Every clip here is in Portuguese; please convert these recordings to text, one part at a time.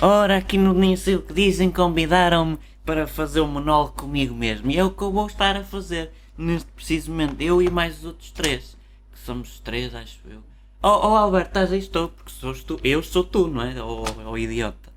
Ora, aqui no Nem Sei O Que Dizem convidaram-me para fazer um monólogo comigo mesmo. E é o que eu vou estar a fazer neste preciso momento. Eu e mais os outros três. Que somos três, acho eu. Oh, oh Alberto, estás aí estou, porque sou tu. Eu sou tu, não é? Oh, oh idiota.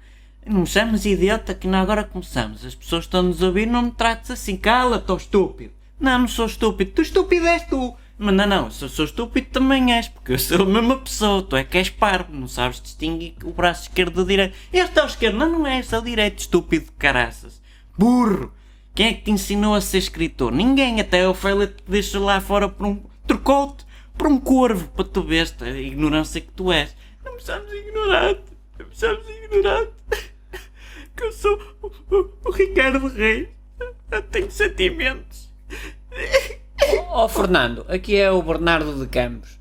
Não me chames idiota que não agora começamos. As pessoas estão-nos a ouvir, não me trates assim. Cala-te, oh estúpido. Não, não sou estúpido. Tu estúpido és tu. Mas não, não, se eu sou estúpido também és, porque eu sou a mesma pessoa, tu é que és parvo, não sabes distinguir o braço esquerdo do direito. Este é o esquerdo, não, não é esse, é o direito, estúpido de caraças. Burro! Quem é que te ensinou a ser escritor? Ninguém, até o Félix te deixou lá fora por um. trocou-te por um corvo, para tu veres a ignorância que tu és. Não me chames ignorante, não me chames ignorante, que eu sou o, o- o Ricardo Reis, eu tenho sentimentos. Oh Fernando, aqui é o Bernardo de Campos.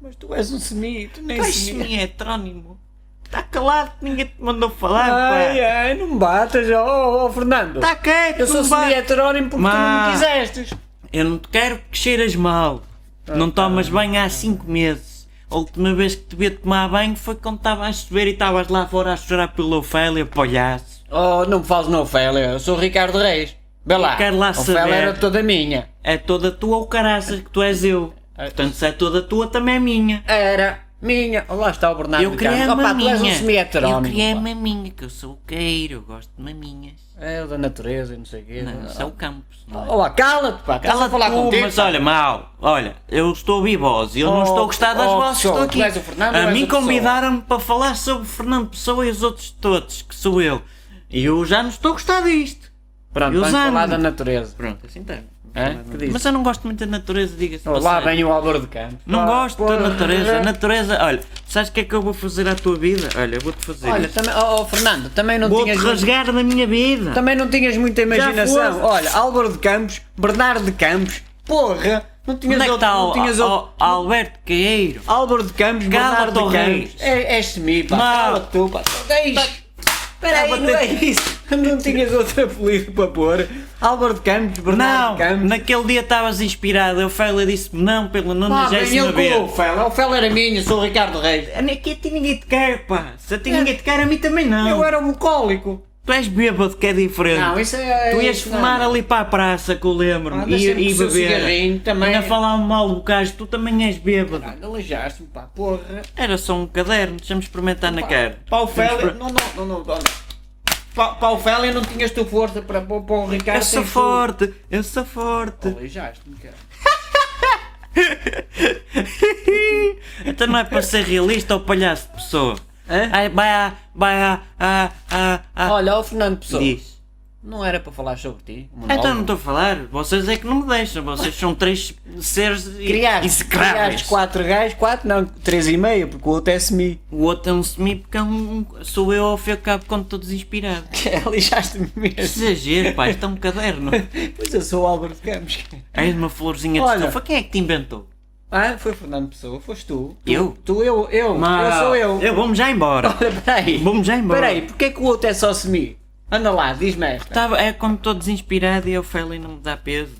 Mas tu és um semi, tu nem semi. Peixe-me é heterónimo. Está calado que ninguém te mandou falar, Ai, pá. ai, não me batas, oh, oh Fernando. Está quieto, eu sou não vá- semi heterónimo porque Má. tu não me quisestes. Eu não te quero porque cheiras mal. não tomas banho há 5 meses. A última vez que te vi tomar banho foi quando estavas a chover e estavas lá fora a chorar pela Ofélia, palhaço. Oh, não me fales na Ofélia, eu sou o Ricardo Reis. Vê lá, quero lá a Ofélia saber. era toda minha. É toda tua ou caraças que tu és eu. Portanto, se é toda tua, também é minha. Era minha. Oh, lá está o Bernardo Eu de criei Campos. a Opa, tu maminha. és um semi eu heterónimo. criei a maminha, que eu sou o queiro, eu gosto de maminhas. É o da natureza e não sei o quê. Não, isso é o Campos, não é? Oh, lá, cala-te, pá, Cala cala-te falar tu, contigo. mas olha, mal, olha, eu estou a ouvir voz e eu não Oh, estou a gostar das oh, vozes que pessoa, estou aqui. tu és o Fernando ou a és mim a pessoa? convidaram-me para falar sobre o Fernando Pessoa e os outros todos, que sou eu. E eu já não estou a gostar disto. Pronto, Eu vamos zango. falar da natureza. Pronto, assim tá. está. Hã? Que dizes? Mas eu não gosto muito da natureza, diga-se. Oh, de lá passagem. vem o Álvaro de Campos. Não Pá, gosto porra. da natureza. A natureza, olha, sabes o que é que eu vou fazer à tua vida? Olha, eu vou-te fazer. Olha, isto. também, oh, oh, Fernando, também não vou-te tinhas um- rasgar da minha vida. também não tinhas muita foste. imaginação. Olha, Álvaro de Campos, Bernardo de Campos, porra, não tinhas Onde é que outro, está não o, tinhas o- outro. o Alberto Queiro? Álvaro de Campos, Cala-te, Bernardo oh de Reis. Campos. É, é semi, pá. Mal. Cala tu, pá. Deixa. Espera aí, Estava a não é isso. Não tinhas outro apelido para pôr. Álvaro de Campos, Bernardo Não, de Campos. naquele dia estavas inspirado. Eu falei disse-me não pela Lá vem ele 90 com o vez. Fela. O Fela era minha, sou o Ricardo Reis. Aqui a ti ninguém te quer, pá. Se a ti ninguém te quer, a mim também não. É. Eu era um bucólico. Tu és bêbado, que é diferente. Não, isso é. Tu ias isso fumar não. ali para a praça, que eu lembro-me, Ah, mas sempre e, e com o seu beber. cigarrinho também. Ainda falar um mal do caso, tu também és bêbado. Caralho, aleijaste-me, pá, porra. Era só um caderno, deixa-me experimentar na cara. Para o Deixa-me Félix. exper- Não, não, não, não, não. Para, para o Félix não tinhas tu força para, para, para o Ricardo. Eu sou tens tu. forte, eu sou forte. Aleijaste-me, cara. Então não é para ser realista ou palhaço de pessoa. Hã? Ai, vai à, vai ah, à, à, à, à. Olha, o Fernando Pessoa. ah, Diz. Não era para falar sobre ti. o Então não monólogo. estou a falar, vocês é que não me deixam, vocês são três seres Criaste, execráveis. criaste quatro gajos, quatro não, três e meio, porque o outro é semi. O outro é um semi porque é um, um- sou eu ao fim e ao cabo quando estou desinspirado. Aleijaste-me Que É, mesmo. Exagero, pá, isto é um caderno. Pois eu sou o Álvaro de Campos. cara. És uma florzinha de Olha. estofa, quem é que te inventou? Ah, foi o Fernando Pessoa, foste tu. Tu- Eu? Tu, eu, eu. Eu Mas- sou eu. vou-me já embora. Olha, peraí. Vamos já embora. Peraí, porque é que o outro é só semi? Anda lá, diz-me esta. Tava, é quando estou desinspirado e a Ofélia não me dá peso.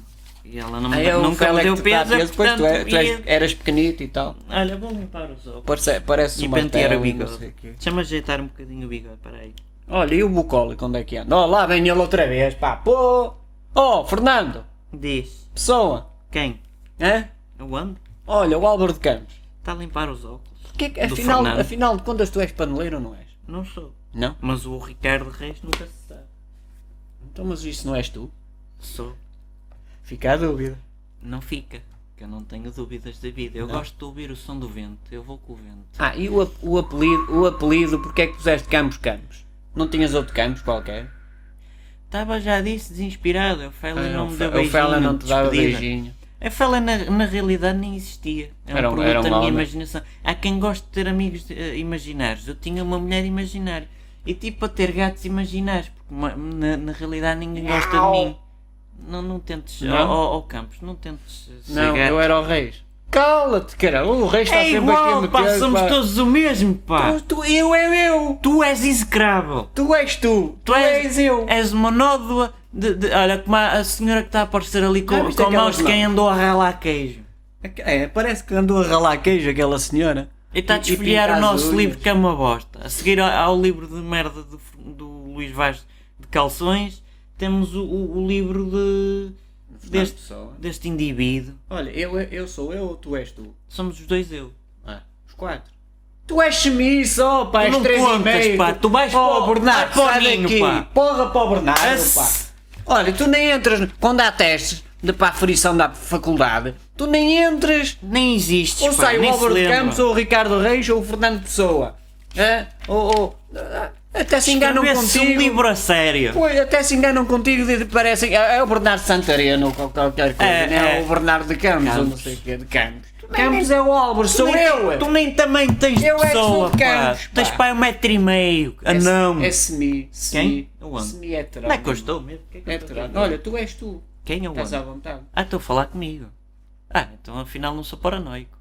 E ela não me Aí dá, eu nunca me falei deu que tu tá peso, preso, pois tu, é- portanto, tu és- ia- eras pequenito e tal. Olha, vou limpar os óculos. Parece, parece E uma pentear o tela e um não sei bigode. o quê. Deixa-me ajeitar um bocadinho o bigode, peraí. Olha, e o bucólico onde é que anda? Oh, lá vem ele outra vez, pá. Pô! Oh, Fernando! Diz, Pessoa! quem? Hã? Eu ando? Olha, o Álvaro de Campos. Está a limpar os óculos. Que é que- Do afinal, Fernando. afinal de contas, tu és paneleiro ou não és? Não sou. Não. Mas o Ricardo Reis nunca se sabe. Então, mas isso não és tu? Sou. Fica a dúvida. Não fica. Que eu não tenho dúvidas da vida. Eu gosto de ouvir o som do vento. Eu vou com o vento. Ah, e o, ap- o apelido, o apelido, porque é que puseste Campos Campos? Não tinhas outro Campos qualquer? Estava já disse desinspirado. A Fela Ah, não o me Fe- deu o beijinho. Fela não te dava despedida. beijinho. A Fela na, na realidade nem existia. É um Era um- produto era um da minha homem. imaginação. Há quem goste de ter amigos eh, imaginários. Eu tinha uma mulher imaginária. E tipo a ter gatos imaginários. Porque ma- na, na realidade ninguém gosta de mim. Não, não tentes. Ó Não? ó- ó Campos, não tentes eh, ser Não, gato. eu era o Reis. Cala-te, caralho. O Reis está É sempre aqui a Ah. igual, meter, pá, somos pá. todos o mesmo, pá. Tu, tu- eu é eu. Tu és execrável. Tu és tu. Tu és, é. eu. és uma nódoa de, de- Olha, como a, a senhora que está a aparecer ali Já com, viste com a mão aquelas de quem andou a ralar queijo. É, parece que andou a ralar queijo aquela senhora. E está a E- e desfolhar pinta o as nosso unhas. livro que é uma bosta. A seguir ao, ao livro de merda do, F- do Luís Vaz de Calções, temos o, o- o livro de, Fernando deste, Pessoa. deste indivíduo. Olha, eu, eu sou eu ou tu és tu? Somos os dois eu. Ah, os quatro. Tu és chemiço, ó pá, Tu és não três contas, e meio. pá, tu vais para o Bernardo, sai Saninho, daqui. pá. Porra para o Bernardo, Ass- pá. Olha, tu nem entras, no- quando há testes de para a frição da faculdade, tu nem entras, Nem existes, ou pá, sai o nem se Álvaro de lembra. Campos, ou o Ricardo Reis, ou o Fernando Pessoa. Hã? ou, ou- ah, até se enganam Escrevesse contigo. um livro a sério. Pois, até se enganam contigo e parecem. É é o Bernardo Santareno ou qual- qualquer coisa, É, não é? é. O Bernardo de Campos, ou não Campos. sei o que, de Campos. Campos é o Álvaro, sou tu nem, eu! Tu nem também tens Eu é que pessoa, sou de pá. Campos, pá. Tens pai um metro e meio. Ah, É- não. É semi. semi Quem? Aonde? Semi heterónimo. Não é que eu estou mesmo? Quem é que eu É estou heterónimo. aqui? Olha, tu és tu. Quem é o Estás à homem? vontade. Ah, estou a falar comigo. Ah, então afinal não sou paranoico.